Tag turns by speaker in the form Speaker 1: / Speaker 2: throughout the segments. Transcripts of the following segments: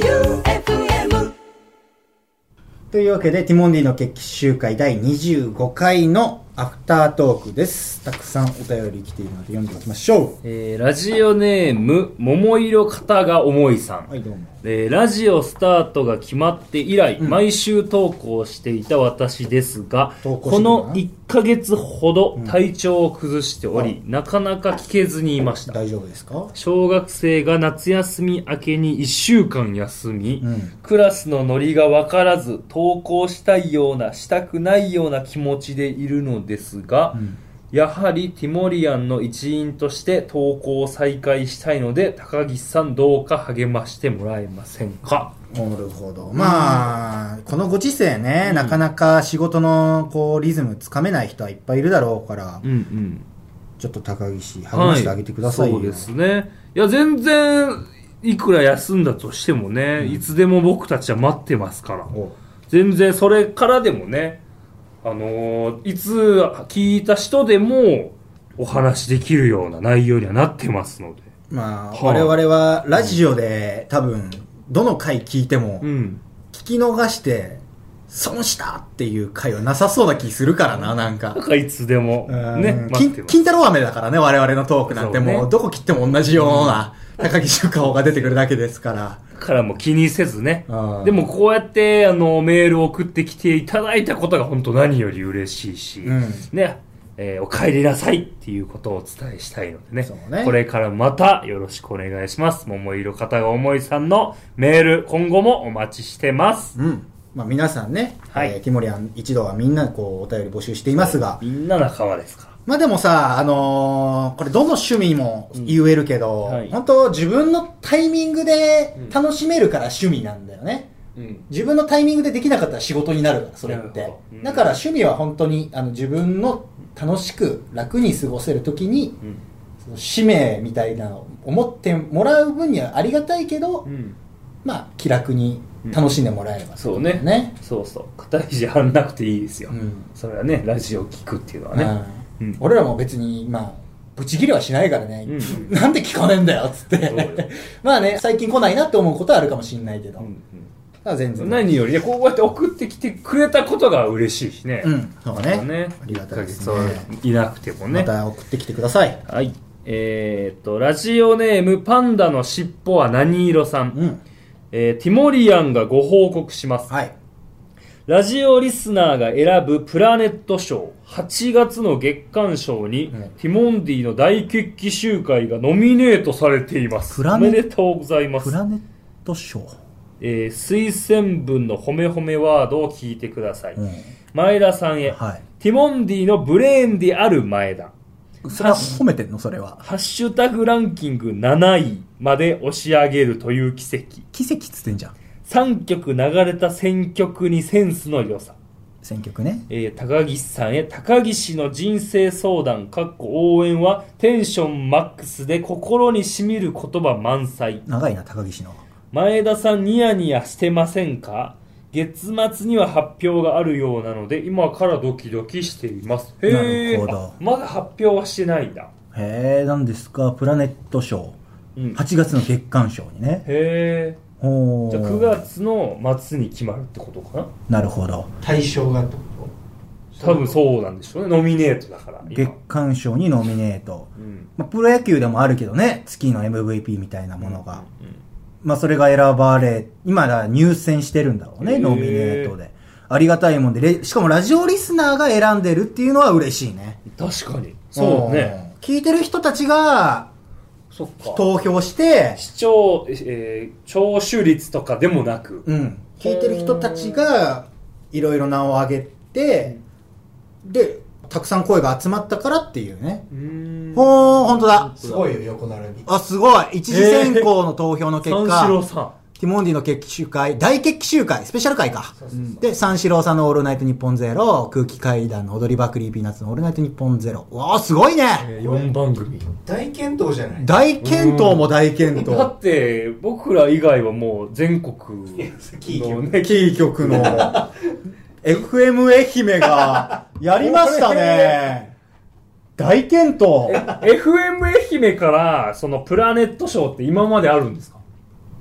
Speaker 1: J-O-E-U-F-M
Speaker 2: というわけで、ティモンディの決起集会第25回のアフタートークです。たくさんお便り来ているので読んでいきましょ
Speaker 3: えーラジオネーム桃色肩が重いさん、
Speaker 2: う。はい、どうも。
Speaker 3: えーラジオスタートが決まって以来、毎週投稿していた私ですが
Speaker 2: 投稿して
Speaker 3: こ
Speaker 2: るな
Speaker 3: の1ヶ月ほど体調を崩しており、なかなか聞けずにいました
Speaker 2: 大丈夫ですか
Speaker 3: 小学生が夏休み明けに1週間休み、
Speaker 2: うん
Speaker 3: クラスのノリが分からず投稿したいようなしたくないような気持ちでいるのですが、
Speaker 2: うん
Speaker 3: やはりティモリアンの一員として投稿を再開したいので高岸さんどうか励ましてもらえませんか
Speaker 2: なるほど。まあ、このご時世ね、なかなか仕事の、こう、リズムつかめない人はいっぱいいるだろうから、
Speaker 3: うんうん
Speaker 2: ちょっと高岸、励ましてあげてくださいよ。
Speaker 3: そうですねいや全然いくら休んだとしてもね、いつでも僕たちは待ってますから
Speaker 2: お
Speaker 3: 全然それからでもねあのーいつ聞いた人でもお話しできるような内容にはなってますので
Speaker 2: まあ、
Speaker 3: はあ
Speaker 2: 我々はラジオで、多分、どの回聞いても、
Speaker 3: うん
Speaker 2: 聞き逃して、損したっていう回はなさそうな気するからな、なんか
Speaker 3: だ。からいつでもね
Speaker 2: うん
Speaker 3: 待
Speaker 2: 金
Speaker 3: ってます
Speaker 2: 金太郎飴だからね、我々のトークなんて
Speaker 3: そうね
Speaker 2: もう、どこ切っても同じような、高木修顔が出てくるだけですから。
Speaker 3: からも気にせずね
Speaker 2: うん
Speaker 3: でもこうやってあのメールを送ってきていただいたことが本当何より嬉しいし、
Speaker 2: うん
Speaker 3: ねえーお帰りなさいっていうことをお伝えしたいのでね
Speaker 2: そうね
Speaker 3: これからまたよろしくお願いします桃色片が思いさんのメール今後もお待ちしてます
Speaker 2: うん。まあ皆さんね、
Speaker 3: はい
Speaker 2: えーティモリアン一度はみんなこう、お便り募集していますが、
Speaker 3: みんな仲間ですから
Speaker 2: まあでもさ、あのーこれどの趣味も言えるけど、
Speaker 3: うんはい
Speaker 2: 本当自分のタイミングで楽しめるから趣味なんだよね。
Speaker 3: うん
Speaker 2: 自分のタイミングでできなかったら仕事になるからそれっ
Speaker 3: なる
Speaker 2: て
Speaker 3: ほどうん
Speaker 2: だから趣味は本当にあの自分の楽しく楽に過ごせる時に
Speaker 3: うん
Speaker 2: その使命みたいなのを思ってもらう分にはありがたいけど、
Speaker 3: うん
Speaker 2: まあ気楽に楽しんでもらえれば、
Speaker 3: そうね
Speaker 2: ね
Speaker 3: そうそう肩肘張んなくていいですよ、
Speaker 2: うん
Speaker 3: それはねラジオ聞くっていうのは
Speaker 2: う
Speaker 3: ね
Speaker 2: ん
Speaker 3: うん
Speaker 2: 俺らも別にまあブチギレはしないからね、
Speaker 3: うん
Speaker 2: なんで聞かねえんだよっつっ
Speaker 3: そうよ
Speaker 2: て まあね最近来ないなって思うことはあるかもしれないけど、
Speaker 3: うん
Speaker 2: まあ全
Speaker 3: う
Speaker 2: 然
Speaker 3: ん何よりねこうやって送ってきてくれたことが嬉しいしね、
Speaker 2: うんそうね
Speaker 3: ね、
Speaker 2: ありがたいです
Speaker 3: 1ヶ
Speaker 2: ね
Speaker 3: 月はいなくてもね。
Speaker 2: また送ってきてください
Speaker 3: はい。えーっと、ラジオネーム、パンダの尻尾は何色さん。
Speaker 2: うん
Speaker 3: えーティモリアンがご報告します。
Speaker 2: はい
Speaker 3: ラジオリスナーが選ぶプラネット賞、8月の月間賞に、
Speaker 2: うん
Speaker 3: ティモンディの大決起集会がノミネートされています。
Speaker 2: プラネ
Speaker 3: おめでとうございます。
Speaker 2: ネットショー、
Speaker 3: えー推薦文の褒め褒めワードを聞いてください。
Speaker 2: うん、
Speaker 3: 前田さんへ、
Speaker 2: はい
Speaker 3: ティモンディのブレーンである前田。
Speaker 2: それは褒めてんのそれは
Speaker 3: ハッシュタグランキング7位まで押し上げるという奇跡。
Speaker 2: 奇跡っつってんじゃん
Speaker 3: 3曲流れた選曲にセンスの良さ。
Speaker 2: 選曲ね
Speaker 3: えー高岸さんへ、高岸の人生相談、かっこ応援はテンションマックスで心にしみる言葉満載。
Speaker 2: 長いな高岸の
Speaker 3: 前田さんニヤニヤしてませんか月末には発表があるようなので、今からドキドキしています。へ
Speaker 2: な
Speaker 3: ー
Speaker 2: るほど
Speaker 3: あまだ発表はしてないんだ。
Speaker 2: へえ何ですかプラネット賞
Speaker 3: うん。
Speaker 2: 8月の月間賞にね
Speaker 3: へー。
Speaker 2: ほ
Speaker 3: じゃあ9月の末に決まるってことかな
Speaker 2: なるほど
Speaker 4: 対象がってこ
Speaker 3: 多分そうなんでしょうねノミネートだから今
Speaker 2: 月間賞にノミネート、
Speaker 3: うん
Speaker 2: まあ、プロ野球でもあるけどね月の MVP みたいなものが、
Speaker 3: うん
Speaker 2: まあ、それが選ばれ今だ入選してるんだろう
Speaker 3: へ
Speaker 2: ね
Speaker 3: え
Speaker 2: ノミネートでありがたいもんでレしかもラジオリスナーが選んでるっていうのは嬉しいね
Speaker 3: 確かにそうね
Speaker 2: うん聞いてる人たちが
Speaker 3: そっか
Speaker 2: 投票して、
Speaker 3: 視聴、えー聴取率とかでもなく、
Speaker 2: うん、聞いてる人たちがいろいろ名を挙げて、でたくさん声が集まったからっていうね、
Speaker 3: うん
Speaker 2: ほー本当だ
Speaker 4: とすごいよ横並び
Speaker 2: あすごい一次選考の投票の結
Speaker 3: 三
Speaker 2: 果、
Speaker 3: 四郎さ
Speaker 2: ティモンディの決起集会大決起集会スペシャル会かで三四郎さんの「オールナイトニッポンゼロ空気階段の踊り場クリーピーナッツの「オールナイトニッポンゼロうわあすごい
Speaker 3: ん、
Speaker 2: ね
Speaker 3: え4番組
Speaker 4: 大健闘じゃない
Speaker 2: 大健闘も大健
Speaker 3: だ
Speaker 2: 闘
Speaker 3: って僕ら以外はもう全国
Speaker 4: キ
Speaker 3: の
Speaker 4: ー局
Speaker 3: ね
Speaker 2: キー局の FM 愛媛がやりましたね大健闘
Speaker 3: FM 愛媛からそのプラネットショーって今まであるんですか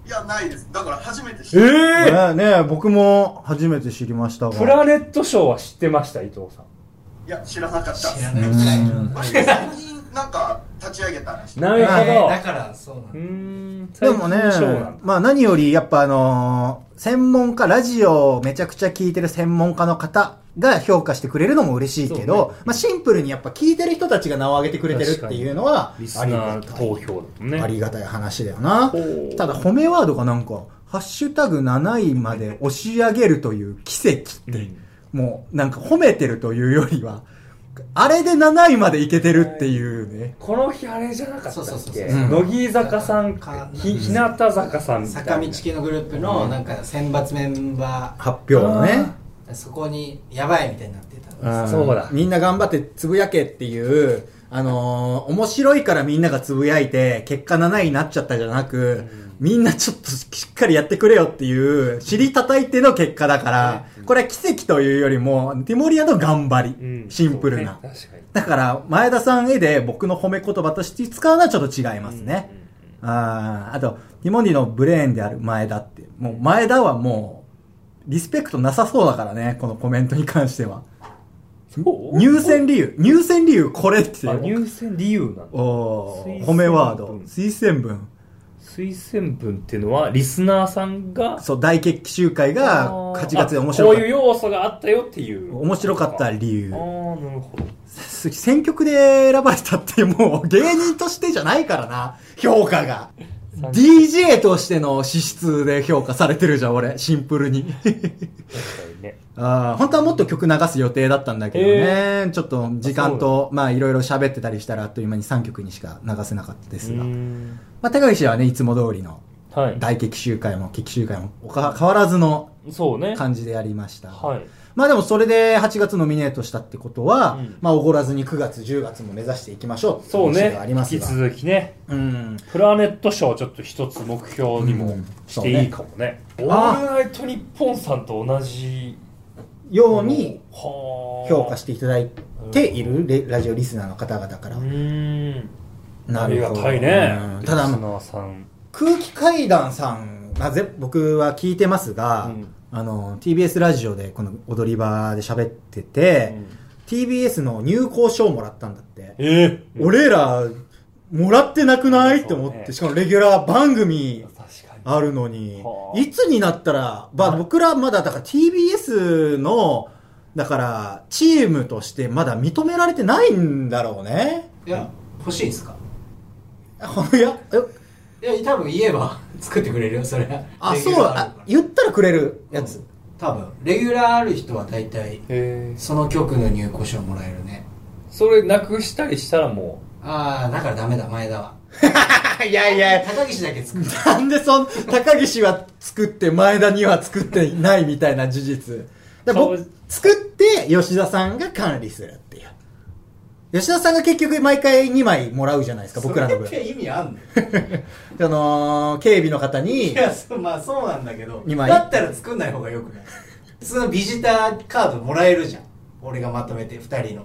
Speaker 5: いや、ないです。だから初めて知った。
Speaker 3: ええ
Speaker 2: ねね僕も初めて知りましたが。
Speaker 3: プラネットショーは知ってました伊藤さん
Speaker 5: いや、知らなかった。
Speaker 4: 知ら
Speaker 2: う
Speaker 4: ない
Speaker 2: ん
Speaker 5: 割と最近、なんか、立ち上げたらしい。
Speaker 3: な
Speaker 4: え
Speaker 3: るほ
Speaker 4: ー
Speaker 3: ど、
Speaker 4: だからそうなん
Speaker 3: うー
Speaker 4: だ
Speaker 3: ん
Speaker 2: でもね
Speaker 3: 最近ショーなん、だ
Speaker 2: まあ何よりやっぱあのー専門家、ラジオをめちゃくちゃ聞いてる専門家の方が評価してくれるのも嬉しいけ
Speaker 3: そう
Speaker 2: ど、まあシンプルにやっぱ聞いてる人たちが名を上げてくれてるっていうのは、
Speaker 3: リス
Speaker 2: あり
Speaker 3: ナ
Speaker 2: が
Speaker 3: ー
Speaker 2: たい
Speaker 3: 投票だもんね
Speaker 2: ありがたい話だよな
Speaker 3: ほう。
Speaker 2: ただ褒めワードがなんか、ハッシュタグ7位まで押し上げるという奇跡って、もうなんか褒めてるというよりは、あれで7位までいけてるっていうね。
Speaker 3: この日あれじゃなかった
Speaker 4: そうそうそ
Speaker 3: っ
Speaker 4: うそう
Speaker 3: け
Speaker 2: うん
Speaker 3: 乃木坂さん
Speaker 4: か
Speaker 3: ひ日向坂さんみたいな
Speaker 4: 坂道系のグループのなんか選抜メンバ
Speaker 2: 発表のね。
Speaker 4: ーそこにやばいみたいになってたの
Speaker 3: んそうだ
Speaker 2: みんな頑張ってつぶやけっていう、あのー面白いからみんながつぶやいて、結果7位になっちゃったじゃなく、みんなちょっとしっかりやってくれよっていう、尻叩いての結果だから、これは奇跡というよりも、ティモリアの頑張り。
Speaker 3: うん
Speaker 2: シンプルな。
Speaker 3: そうね確かに
Speaker 2: だから、前田さん絵で僕の褒め言葉として使うのはちょっと違いますね。あーあと、ティモンディのブレーンである前田って。もう前田はもう、リスペクトなさそうだからね、このコメントに関しては。
Speaker 3: そう
Speaker 2: 入選理由。入選理由これって。
Speaker 3: あ入選理由なんだ
Speaker 2: お
Speaker 3: 推
Speaker 2: ー
Speaker 3: 薦
Speaker 2: 褒めワード。
Speaker 3: 文
Speaker 2: 推薦文。
Speaker 3: 推薦文っていうのはリスナーさんが
Speaker 2: そう、大決起集会が8月で面
Speaker 3: あ
Speaker 2: 白
Speaker 3: こ
Speaker 2: か
Speaker 3: ういう
Speaker 2: っ
Speaker 3: 要素があったよっていう
Speaker 2: た。面白かった
Speaker 3: あ
Speaker 2: 理
Speaker 3: あ
Speaker 2: 由。
Speaker 3: ーなるほど
Speaker 2: す選曲で選ばれたってもう 芸人としてじゃないからな、評価が。DJ としての資質で評価されてるじゃん、俺。シンプル に。
Speaker 3: 確かにね
Speaker 2: あー本当はもっと曲流す予定だったんだけどね。ちょっと時間と、まあいろいろ喋ってたりしたらあっという間に3曲にしか流せ なかったですが。
Speaker 3: ん
Speaker 2: まあ高岸はね、いつも通りの
Speaker 3: はい
Speaker 2: 大劇集会も劇集会もおか変わらずの
Speaker 3: そうね
Speaker 2: 感じでやりました。
Speaker 3: はい
Speaker 2: まあでもそれで8月ノミネートしたってことは、
Speaker 3: うん
Speaker 2: まあおごらずに9月10月も目指していきましょうって
Speaker 3: そう
Speaker 2: 話
Speaker 3: ね
Speaker 2: がありま
Speaker 3: 引
Speaker 2: す
Speaker 3: き
Speaker 2: が。
Speaker 3: 続きね
Speaker 2: うん。
Speaker 3: プラネットショーをちょっと一つ目標に
Speaker 2: う
Speaker 3: も
Speaker 2: ん
Speaker 3: していいかもね,、
Speaker 2: ね
Speaker 3: オールナイトニッポンさんと同じ
Speaker 2: ように評
Speaker 3: 評
Speaker 2: 価していただいているレラジオリスナーの方々から。
Speaker 3: うーん
Speaker 2: な
Speaker 3: あり
Speaker 2: る
Speaker 3: が
Speaker 2: ほど。
Speaker 3: たいね
Speaker 2: うんただ
Speaker 3: リス、ナーさん
Speaker 2: 空気階段さんがぜ、僕は聞いてますが、
Speaker 3: うん
Speaker 2: あの、TBS ラジオでこの踊り場で喋ってて、
Speaker 3: うん
Speaker 2: TBS の入校賞もらったんだって。
Speaker 3: ええ
Speaker 2: 俺ら、もらってなくないって思っ
Speaker 3: そう
Speaker 2: て、
Speaker 3: ね
Speaker 2: しかもレギュラー番組
Speaker 3: 確かに
Speaker 2: あるのに
Speaker 3: は、あ
Speaker 2: いつになったら、まあ僕らまだだから TBS の、だから、チームとしてまだ認められてないんだろうね。
Speaker 4: いや欲しいですか
Speaker 2: あいや、え
Speaker 4: いや多分言えば作ってくれるよそれは
Speaker 2: あ、
Speaker 4: レ
Speaker 2: そ
Speaker 4: ギ
Speaker 2: う
Speaker 4: ュラーあ
Speaker 2: だ
Speaker 4: るか、ら
Speaker 2: 言ったらくれ るや
Speaker 4: う
Speaker 2: つ
Speaker 4: ん。多分レギュラーある人は大体
Speaker 3: ええ
Speaker 4: その曲の入庫証もらえるね
Speaker 3: それなくしたりしたらも
Speaker 4: ああだからダメだ前田は
Speaker 2: いやいや、
Speaker 4: 高岸だけ作る
Speaker 2: なんでそん、高岸は作って前田には作ってないみたいな事実。だから
Speaker 3: そ
Speaker 2: 僕
Speaker 3: う、
Speaker 2: 作って吉田さんが管理するっていう。吉田さんが結局毎回2枚もらうじゃないですか、僕らの分
Speaker 4: そ。 れって意味あんの
Speaker 2: あのー、警備の方に
Speaker 4: い、やそうまあそうなんだけど
Speaker 2: 二枚
Speaker 4: だったら作んない方がよくない 普通のビジターカードもらえるじゃん俺がまとめて2人の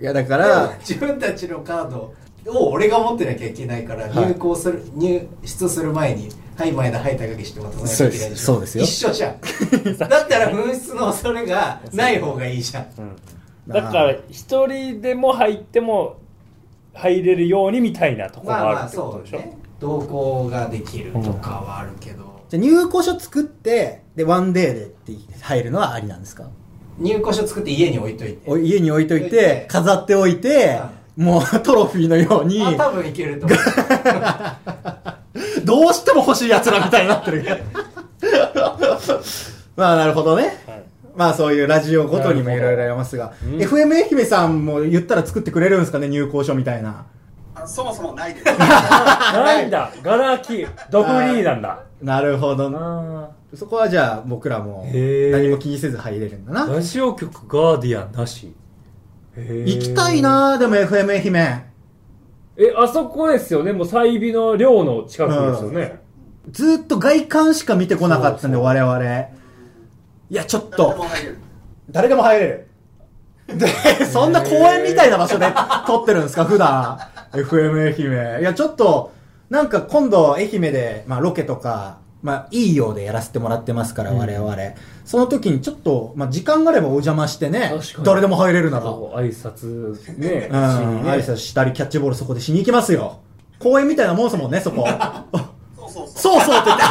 Speaker 2: いやだから、
Speaker 4: 自分たちのカードを俺が持ってなきゃいけないから
Speaker 2: はい
Speaker 4: 入校する、入室する前に「はい前だはい高岸」って渡さなきゃいけないでしょ
Speaker 2: そうですそうです
Speaker 4: 一緒じゃ んだったら紛失の恐れがない方がいいじゃん
Speaker 3: う、うん、だから一人でも入っても入れるようにみたいなとこ
Speaker 4: まあ
Speaker 3: が
Speaker 4: ま
Speaker 3: ある
Speaker 4: あ
Speaker 3: ってこと
Speaker 4: そ
Speaker 3: で
Speaker 4: う
Speaker 3: しょ、
Speaker 4: ね同行ができるとかはあるけど、
Speaker 2: じゃあ入校書作って、で、ワンデーでって入るのはありなんですか
Speaker 4: 入校書作って家に置いといて
Speaker 2: お家に置いとい
Speaker 4: 置いとい
Speaker 2: て
Speaker 4: て、
Speaker 2: 飾っておいて、もうトロフィーのように、
Speaker 4: あ多分いけると思う
Speaker 2: どうしても欲しい奴らみたいになってる。まあなるほどね。
Speaker 3: はい
Speaker 2: まあそういうラジオごとにもいろいろありますが、
Speaker 3: うん
Speaker 2: FM 愛媛さんも言ったら作ってくれるんですかね、入校書みたいな。
Speaker 5: あそもそも ないです。
Speaker 3: ないんだガラ空きドブリーなんだ
Speaker 2: なるほどな。
Speaker 3: あ
Speaker 2: そこはじゃあ僕らも
Speaker 3: へー
Speaker 2: 何も気にせず入れるんだ
Speaker 3: ー
Speaker 2: な。
Speaker 3: ラジオ局ガーディアンなし
Speaker 2: 行
Speaker 3: 行
Speaker 2: きたいなでも FM 愛媛。
Speaker 3: えあそこですよねもう済美の寮の近くですよね、
Speaker 2: ずーっと外観しか見てこなかったんで、
Speaker 3: そう
Speaker 2: 我々。いや、ちょっ
Speaker 5: 誰でも
Speaker 2: と、
Speaker 5: 入れる。
Speaker 2: 誰でも入れる。 で、そんな公園みたいな場所で撮ってるんですか、普段。FM 愛媛。いや、ちょっと、なんか今度、愛媛で、まあ、ロケとか、まあ、いいようでやらせてもらってますから、我々。その時にちょっと、まあ、時間があればお邪魔してね
Speaker 3: 確か、に
Speaker 2: 誰でも入れるなら。
Speaker 3: こう挨拶ね、
Speaker 2: うん、挨
Speaker 3: しにね
Speaker 2: 拶したり、キャッチボールそこでしに行きますよ。公園みたいなもんです もんね、そこ。
Speaker 5: そうそうそ
Speaker 2: そう
Speaker 5: う。
Speaker 2: そうって言っ て。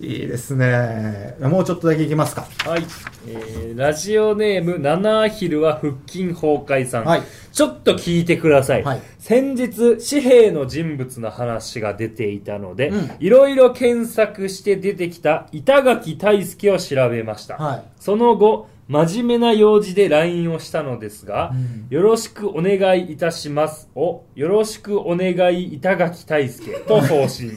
Speaker 2: いいですね。もうちょっとだけ行きますか。
Speaker 3: はい、えーラジオネーム、七昼は腹筋崩壊さん。
Speaker 2: はい
Speaker 3: ちょっと聞いてください。
Speaker 2: はい
Speaker 3: 先日、紙幣の人物の話が出ていたので
Speaker 2: うん、
Speaker 3: いろいろ検索して出てきた板垣大輔を調べました。
Speaker 2: はい
Speaker 3: その後、真面目な用事で LINE をしたのですが、
Speaker 2: うん
Speaker 3: よろしくお願いいたしますを、よろしくお願い板垣大輔と 送信。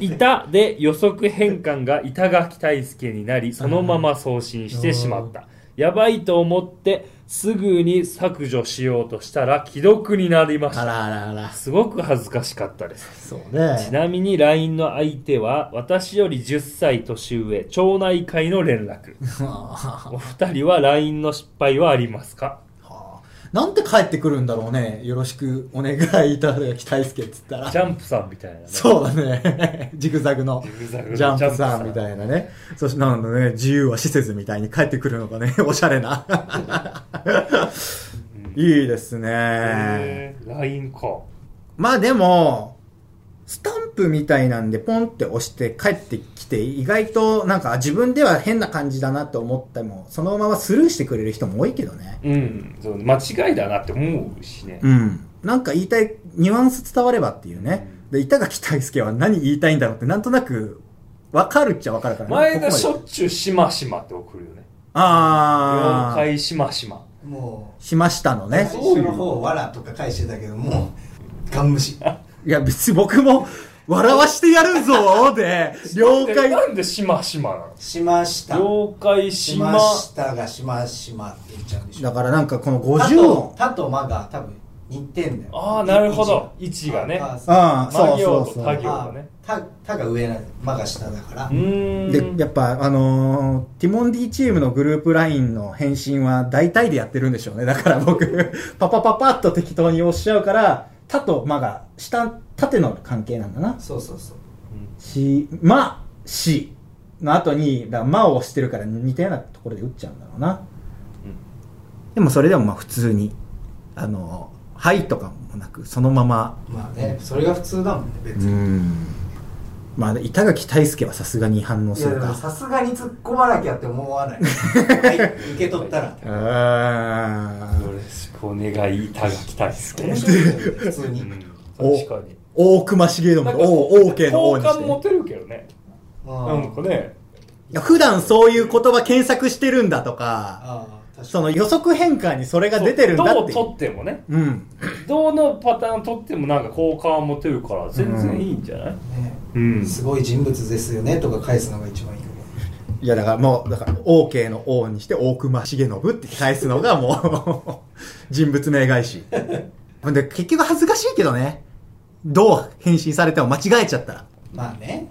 Speaker 3: 板で予測変換が板垣大輔になりそのまま送信してしまったやばいと思ってすぐに削除しようとしたら既読になりまし
Speaker 2: あ
Speaker 3: た
Speaker 2: らあらあら。
Speaker 3: すごく恥ずかしかったです
Speaker 2: そう
Speaker 3: ち
Speaker 2: ね。
Speaker 3: なみに LINE の相手は私より10歳年上町内会の連絡お二人は LINE の失敗はありますか
Speaker 2: はあ なんて帰ってくるんだろうね。よろしくお願いいただきたいっすけっつったら
Speaker 3: ジ。ャンプさんみたいなね
Speaker 2: そうだね。 ジグザグの
Speaker 3: ジグザグの
Speaker 2: ジャンプ
Speaker 3: ジ
Speaker 2: さ
Speaker 3: ャンプさ
Speaker 2: ん
Speaker 3: ん
Speaker 2: みたいなね。そして、なのでね、自由は死せずみたいに帰ってくるのがね、おしゃれな。 いいですね。
Speaker 3: へー LINE か
Speaker 2: まあでも、スタンプみたいなんでポンって押して帰ってきて、意外となんか自分では変な感じだなと思っても、そのままスルーしてくれる人も多いけどね。
Speaker 3: うんそう間違いだなって思うしね
Speaker 2: うん。なんか言いたい、ニュアンス伝わればっていうね。で、板垣大輔は何言いたいんだろうって、なんとなく、わかるっちゃわかるからね。
Speaker 3: 前
Speaker 2: こ
Speaker 3: が
Speaker 2: こまで
Speaker 3: しょっちゅう「しましま」って送るよね「
Speaker 2: あ
Speaker 3: 妖
Speaker 2: あ。
Speaker 3: 怪しましま
Speaker 4: もう
Speaker 2: しましたのね。
Speaker 4: 最初の方わらとか返してたけどもうガン無視
Speaker 2: いや、別に僕も、笑わしてやるぞ で、」妖
Speaker 3: でな
Speaker 2: 怪。
Speaker 3: んで「しましま」なの
Speaker 4: しました
Speaker 3: 妖怪し
Speaker 4: し
Speaker 3: ま
Speaker 4: ましたがしましまって言っちゃうんでしょ
Speaker 2: だからなんかこの
Speaker 4: た
Speaker 2: 50
Speaker 4: と
Speaker 2: 音。
Speaker 4: たとまが多分似てんだよ
Speaker 3: ああなるほど位置
Speaker 4: 位置
Speaker 3: がね
Speaker 4: あそう
Speaker 2: ああ、そうそう
Speaker 3: ま行と
Speaker 2: そう。
Speaker 3: 他行がね
Speaker 4: あたたが上なんだまが下だから
Speaker 3: うーん
Speaker 2: で、やっぱ、あのーティモンディチームのグループ LINE の返信は大体でやってるんでしょうね。だから僕、 パパパパッと適当に押しちゃうから、たとまが、下、縦の関係なんだな。
Speaker 4: そうそうそう
Speaker 2: し、ま、しの後に、だからまを押してるから似たようなところで打っちゃうんだろうな。でもそれでもまあ普通に、あのーはいとかもなく、そのまま
Speaker 4: まあねそれが普通だもんね別
Speaker 2: う
Speaker 4: に
Speaker 2: んまあ板垣大輔はさすがに反応
Speaker 4: い
Speaker 2: す
Speaker 4: や
Speaker 2: る
Speaker 4: でも
Speaker 2: か
Speaker 4: さすがに突っ込まなきゃって思わないはい受け取ったら
Speaker 2: うーん
Speaker 3: よろしくお願いいただきたいですね
Speaker 4: 面白いよね普通
Speaker 3: う
Speaker 4: に
Speaker 3: ん
Speaker 2: お
Speaker 3: 確かに
Speaker 2: 大隈重信の「おう」「王家の「王」に
Speaker 3: 好
Speaker 2: し
Speaker 3: 感持
Speaker 2: て
Speaker 3: てるけどね
Speaker 4: な
Speaker 3: なんかね
Speaker 2: いや普段そういう言葉検索してるんだとか
Speaker 4: ああ確か
Speaker 2: その予測変換にそれが出てるんだ
Speaker 3: ど
Speaker 2: っ
Speaker 3: う
Speaker 2: て
Speaker 3: 取ってもね
Speaker 2: うん
Speaker 3: どのパターン取ってもなんか好感は持てるから全然いいんじゃない
Speaker 4: にね
Speaker 3: うん
Speaker 4: すごい人物ですよねとか返すのが一番いいよね
Speaker 2: いやだからもうだから王家の「王」にして大隈重信って返すのがもう 人物名返しで結局恥ずかしいけどねどう返信されても間違えちゃったら
Speaker 4: まあね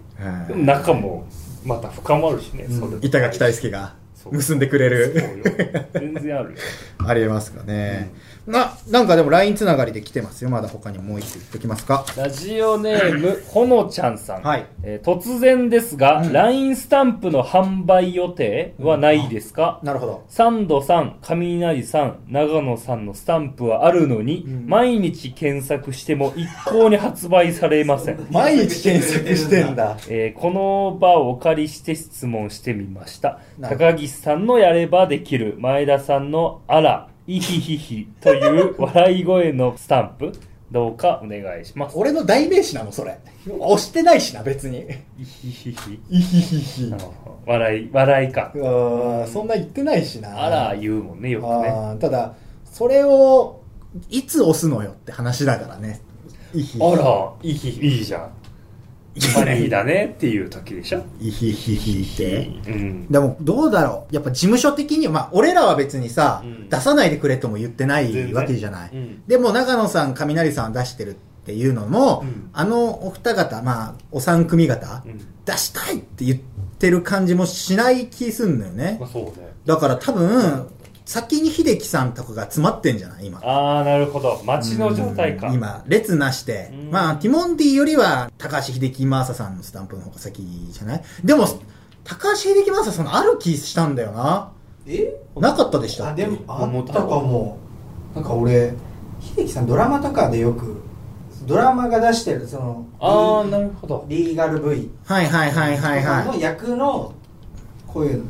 Speaker 3: でも仲もまた深まるしね、それ
Speaker 2: 板垣大輔が結んでくれる
Speaker 3: そうよ全然あるよ
Speaker 2: ありえますかね、ななんかでも LINE つながりで来てますよまだ他にもう一つ言っときますか
Speaker 3: ラジオネーム、ほのちゃんさん。
Speaker 2: はい
Speaker 3: えー突然ですが、LINE スタンプの販売予定はないですか、
Speaker 2: なるほど
Speaker 3: サンドさん、雷さん、長野さんのスタンプはあるのに、毎日検索しても一向に発売されません。
Speaker 2: 毎日検索してんだ
Speaker 3: えーこの場をお借りして質問してみました。
Speaker 2: なるほ
Speaker 3: 高岸さんのやればできる、前田さんのあら、いひひひという笑い声のスタンプ、どうかお願いします。
Speaker 2: 俺の代名詞なのそれ押してないしな別 に
Speaker 3: いひひひ。
Speaker 2: いひひひ
Speaker 3: なるほど笑い、笑いか。
Speaker 2: うんそんな言ってないしな
Speaker 3: あら、言うもんね、よくね。
Speaker 2: あーただそれをいつ押すのよって話だからねいひ
Speaker 3: あら、いい、いいじゃん。マリーだねっていう時でしょ。
Speaker 2: いひひひって
Speaker 3: うん。
Speaker 2: でもどうだろうやっぱ事務所的にはまあ俺らは別にさ、
Speaker 3: うん
Speaker 2: 出さないでくれとも言ってな
Speaker 3: 全
Speaker 2: い
Speaker 3: 然
Speaker 2: わけじゃない、
Speaker 3: うん
Speaker 2: でも長野さん雷さん出してるっていうのも、
Speaker 3: うん
Speaker 2: あのお二方まあお三組方、
Speaker 3: うん
Speaker 2: 出したいって言ってる感じもしない気すんのよね
Speaker 3: まあそうね。
Speaker 2: だから多分先に秀樹さんとかが詰まってんじゃない今。
Speaker 3: ああ、なるほど。街の状態か。
Speaker 2: うん今、列なして
Speaker 3: う。ん
Speaker 2: まあ、ティモンディよりは、高橋秀樹マーサさんのスタンプの方が先じゃないでも、高橋秀樹マーサさんある気したんだよな。
Speaker 4: え
Speaker 2: なかったでした
Speaker 4: あ
Speaker 2: っ
Speaker 4: で
Speaker 2: け
Speaker 4: もあったかもなんか俺秀樹さんドラマとかでよくドラマが出してるその
Speaker 3: ああ、なるほど。
Speaker 4: リーガル V
Speaker 2: はいはいはいはい
Speaker 4: の
Speaker 2: はい。
Speaker 4: 役のこういう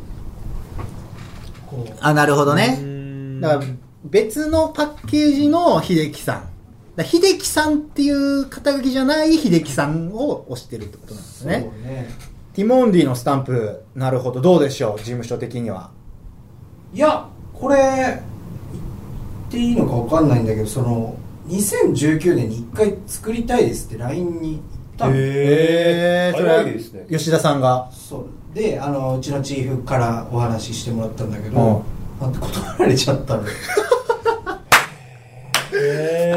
Speaker 4: こう
Speaker 2: あ、なるほどね。
Speaker 3: ね
Speaker 2: だから別のパッケージの秀樹さん。だから秀樹さんっていう肩書きじゃない秀樹さんを推してるってことなんですね。
Speaker 4: そうね
Speaker 2: ティモンディのスタンプ、なるほど。どうでしょう事務所的には。
Speaker 4: いやこれ言っていいのかわかんないんだけどその2019年に一回作りたいですって LINE に言ったの
Speaker 3: へー
Speaker 2: それは
Speaker 3: 早いですね
Speaker 2: 吉田さんが。
Speaker 4: そうであのうちのチーフからお話ししてもらったんだけ
Speaker 2: うん
Speaker 4: どなんて断られちゃったの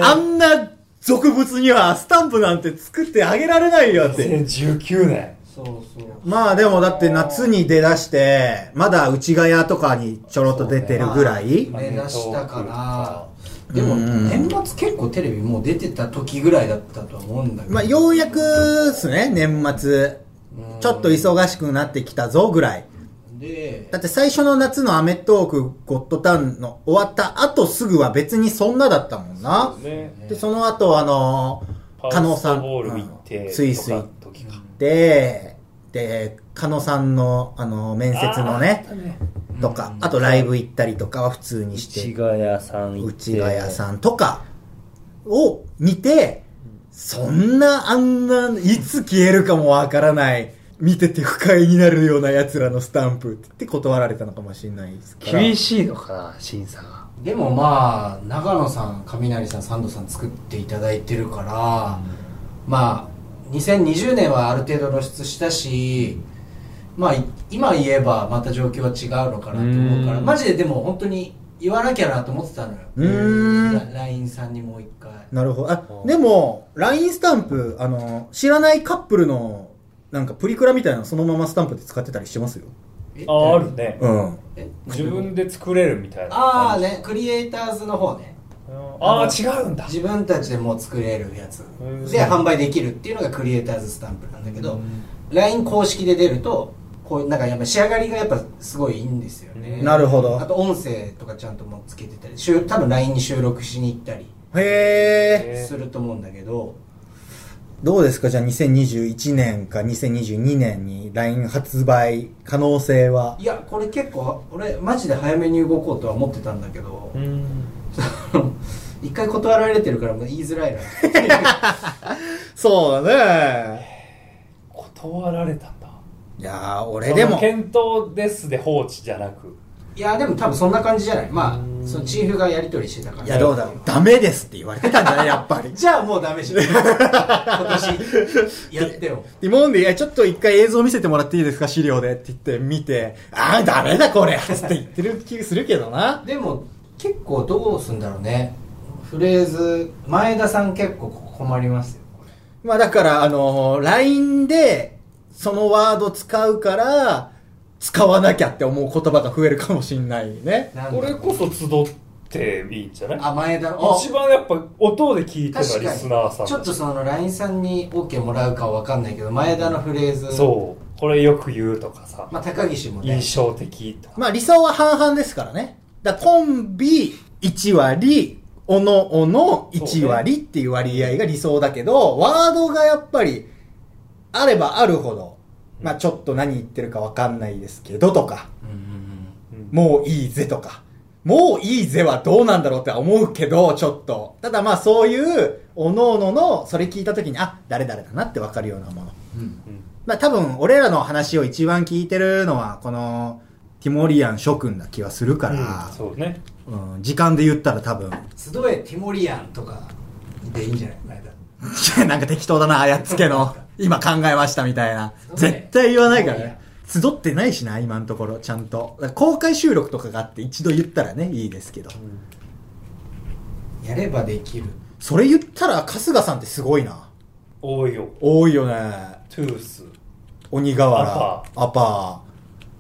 Speaker 2: あんな俗物にはスタンプなんて作ってあげられないよって。
Speaker 3: 2019年。
Speaker 4: そうそう
Speaker 2: まあでもだって夏に出だして、まだ内ヶ谷とかにちょろっと出てるぐらい。
Speaker 4: 目指したか
Speaker 2: う
Speaker 4: ら
Speaker 2: ん
Speaker 4: でも年末結構テレビもう出てた時ぐらいだったとは思うんだけど
Speaker 2: まあようやくですね、年末。ちょっと忙しくなってきたぞぐらい。
Speaker 4: で
Speaker 2: だって最初の夏のアメトークゴッドタウンの終わった後すぐは別にそんなだったもんな。
Speaker 3: ね。
Speaker 2: で、その後あのー、加納さん。
Speaker 3: ファーストボール行って、
Speaker 2: うんスイス
Speaker 3: と
Speaker 2: 行
Speaker 3: か時か
Speaker 2: で、で、加野さんの、あの、面接のね、とか、あとライブ行ったりとかは普通にして、
Speaker 3: 内ヶ谷さん行って。
Speaker 2: 内ヶ谷さんとかを見て、そんな、あんな、いつ消えるかもわからない、見てて不快になるような奴らのスタンプって断られたのかもしれないですから。
Speaker 6: 厳しいのかな審査が
Speaker 4: でもまあ長野さん雷さんサンドさん作っていただいてるから、まあ2020年はある程度露出したしまあい今言えばまた状況は違うのかなと思うから
Speaker 3: うん
Speaker 4: マジででも本当に言わなきゃなと思ってたのよ
Speaker 2: うーん
Speaker 4: ラ LINE さんにもう一回
Speaker 2: なるほど。あ、でも、LINE スタンプ、あの、知らないカップルの、なんかプリクラみたいなのそのままスタンプで使ってたりしてますよ。
Speaker 4: え
Speaker 3: あ、あるね。
Speaker 2: うん。
Speaker 4: え
Speaker 3: 自分で作れるみたいな。
Speaker 4: ああ。ねクリエイターズの方ね
Speaker 3: ああ、違うんだ。
Speaker 4: 自分たちでもう作れるやつ
Speaker 3: うん
Speaker 4: で販売できるっていうのがクリエイターズスタンプなんだけど LINE 公式で出るとこうなんかやっぱ仕上がりがやっぱすごいいいんですよね
Speaker 2: なるほど
Speaker 4: あと音声とかちゃんともうつけてたりしゅ多分 LINE に収録しに行ったり
Speaker 2: へー。
Speaker 4: すると思うんだけど
Speaker 2: どうですかじゃあ2021年か2022年に LINE 発売可能性はい
Speaker 4: やこれ結構俺マジで早めに動こうとは思ってたんだけど
Speaker 3: うん。
Speaker 4: 一回断られてるからもう言いづらいな
Speaker 2: そうだね。
Speaker 3: 断られたんだ。
Speaker 2: いやー、俺でも、
Speaker 3: 検討ですで放置じゃなく。
Speaker 4: いやでも多分そんな感じじゃないまあそのチーフがやり取りしてたから
Speaker 2: いやどうだろう。ダメですって言われてたんじゃないやっ ぱり。
Speaker 4: じゃあもうダメし今年やってよ
Speaker 2: ティモンディ、いや、ちょっと一回映像見せてもらっていいですか資料でって言って見て、あー、ダメだこれつって言ってる気するけどな。
Speaker 4: でも結構どうすんだろうねフレーズ前田さん結構困りますよこれ
Speaker 2: まあだから、あのー LINE でそのワード使うから、使わなきゃって思う言葉が増えるかもしんないね。
Speaker 4: なんだ
Speaker 3: これこそ集っていいんじゃない
Speaker 4: あ前田の
Speaker 3: 一番やっぱ音で聞いてたリ
Speaker 4: 確か
Speaker 3: スナーさん
Speaker 4: にちょっとその LINE さんに OK もらうかわかんないけど前田のフレーズ
Speaker 3: そうこれよく言うとかさ
Speaker 4: まあ高岸もね
Speaker 3: 印象的とか
Speaker 2: まあ理想は半々ですからね。だからコンビ1割、おのおの1割っていう割合が理想だけど、ワードがやっぱりあればあるほど、まあちょっと何言ってるかわかんないですけどとか、
Speaker 4: うんうんうん
Speaker 2: もういいぜとか、もういいぜはどうなんだろうって思うけど、ちょっと。ただまあそういう、おのおのの、それ聞いた時に、あ、誰々だなってわかるようなもの。まあ多分俺らの話を一番聞いてるのはこのティモリアン諸君な気はするか
Speaker 3: うん
Speaker 2: ら、
Speaker 3: そうね
Speaker 2: うん時間で言ったら多分
Speaker 4: 集えティモリアンとかでいいんじゃない前田
Speaker 2: なんか適当だなあやっつけ の今考えましたみたいな絶対言わないからね集ってないしな今のところちゃんとだから公開収録とかがあって一度言ったらねいいですけど、
Speaker 4: やればできる
Speaker 2: それ言ったら春日さんってすごいな
Speaker 3: 多いよ
Speaker 2: 多いよね
Speaker 3: トゥース
Speaker 2: 鬼瓦
Speaker 3: アパ
Speaker 2: アパ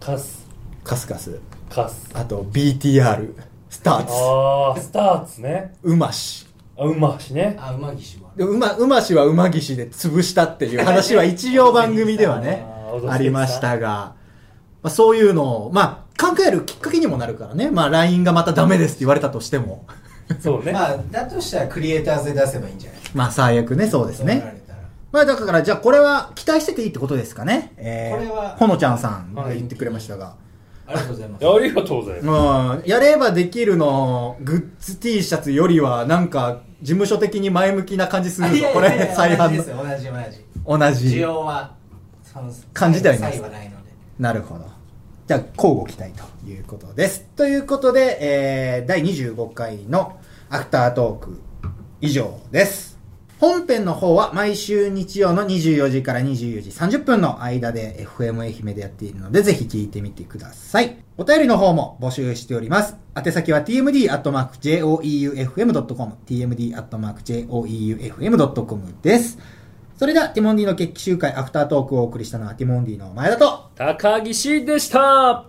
Speaker 3: カス
Speaker 2: ーカスカス
Speaker 3: カス
Speaker 2: あと BTR スターツ。
Speaker 3: ああ、スターツね。
Speaker 2: 馬氏。
Speaker 3: あ、うましね。
Speaker 4: あ馬岸は
Speaker 2: で馬、馬氏は馬岸で潰したっていう話は一応番組では ね
Speaker 3: あー、
Speaker 2: ありましたが、まあ、そういうのを、まあ、考えるきっかけにもなるからね。まあ、LINE がまたダメですって言われたとしても。
Speaker 3: そうね。
Speaker 4: まあだとしたらクリエイターズで出せばいいんじゃない
Speaker 2: まあ、最悪ね、そうです
Speaker 4: そうなら
Speaker 2: ね。
Speaker 4: れたら
Speaker 2: まあ、だから、じゃあこれは期待してていいってことですかね。えー、
Speaker 4: これは
Speaker 2: ほのちゃんさんが
Speaker 4: はい
Speaker 2: 言ってくれましたが。
Speaker 4: ありがとうございます
Speaker 3: ありがとうございます。
Speaker 2: うん、やればできるの、グッズ T シャツよりは、なんか、事務所的に前向きな感じする
Speaker 4: い
Speaker 2: ぞ
Speaker 4: や。い
Speaker 2: こ
Speaker 4: やい
Speaker 2: れ、
Speaker 4: や
Speaker 2: 再
Speaker 4: 同じ
Speaker 2: 販
Speaker 4: です
Speaker 2: の。
Speaker 4: よ同じ同じ
Speaker 2: 同じ
Speaker 4: 需。要はその
Speaker 2: 感じてはいます
Speaker 4: 差異はないので
Speaker 2: なるほど。じゃあ、交互期待ということです。ということで、えー、第25回のアフタートーク、以上です。本編の方は毎週日曜の24時から24時30分の間で FM 愛媛でやっているので、ぜひ聞いてみてください。お便りの方も募集しております。宛先は tmd.joeufm.com、tmd.joeufm.com です。それでは、ティモンディの決起集会アフタートークをお送りしたのはティモンディの前田と、
Speaker 3: 高岸でした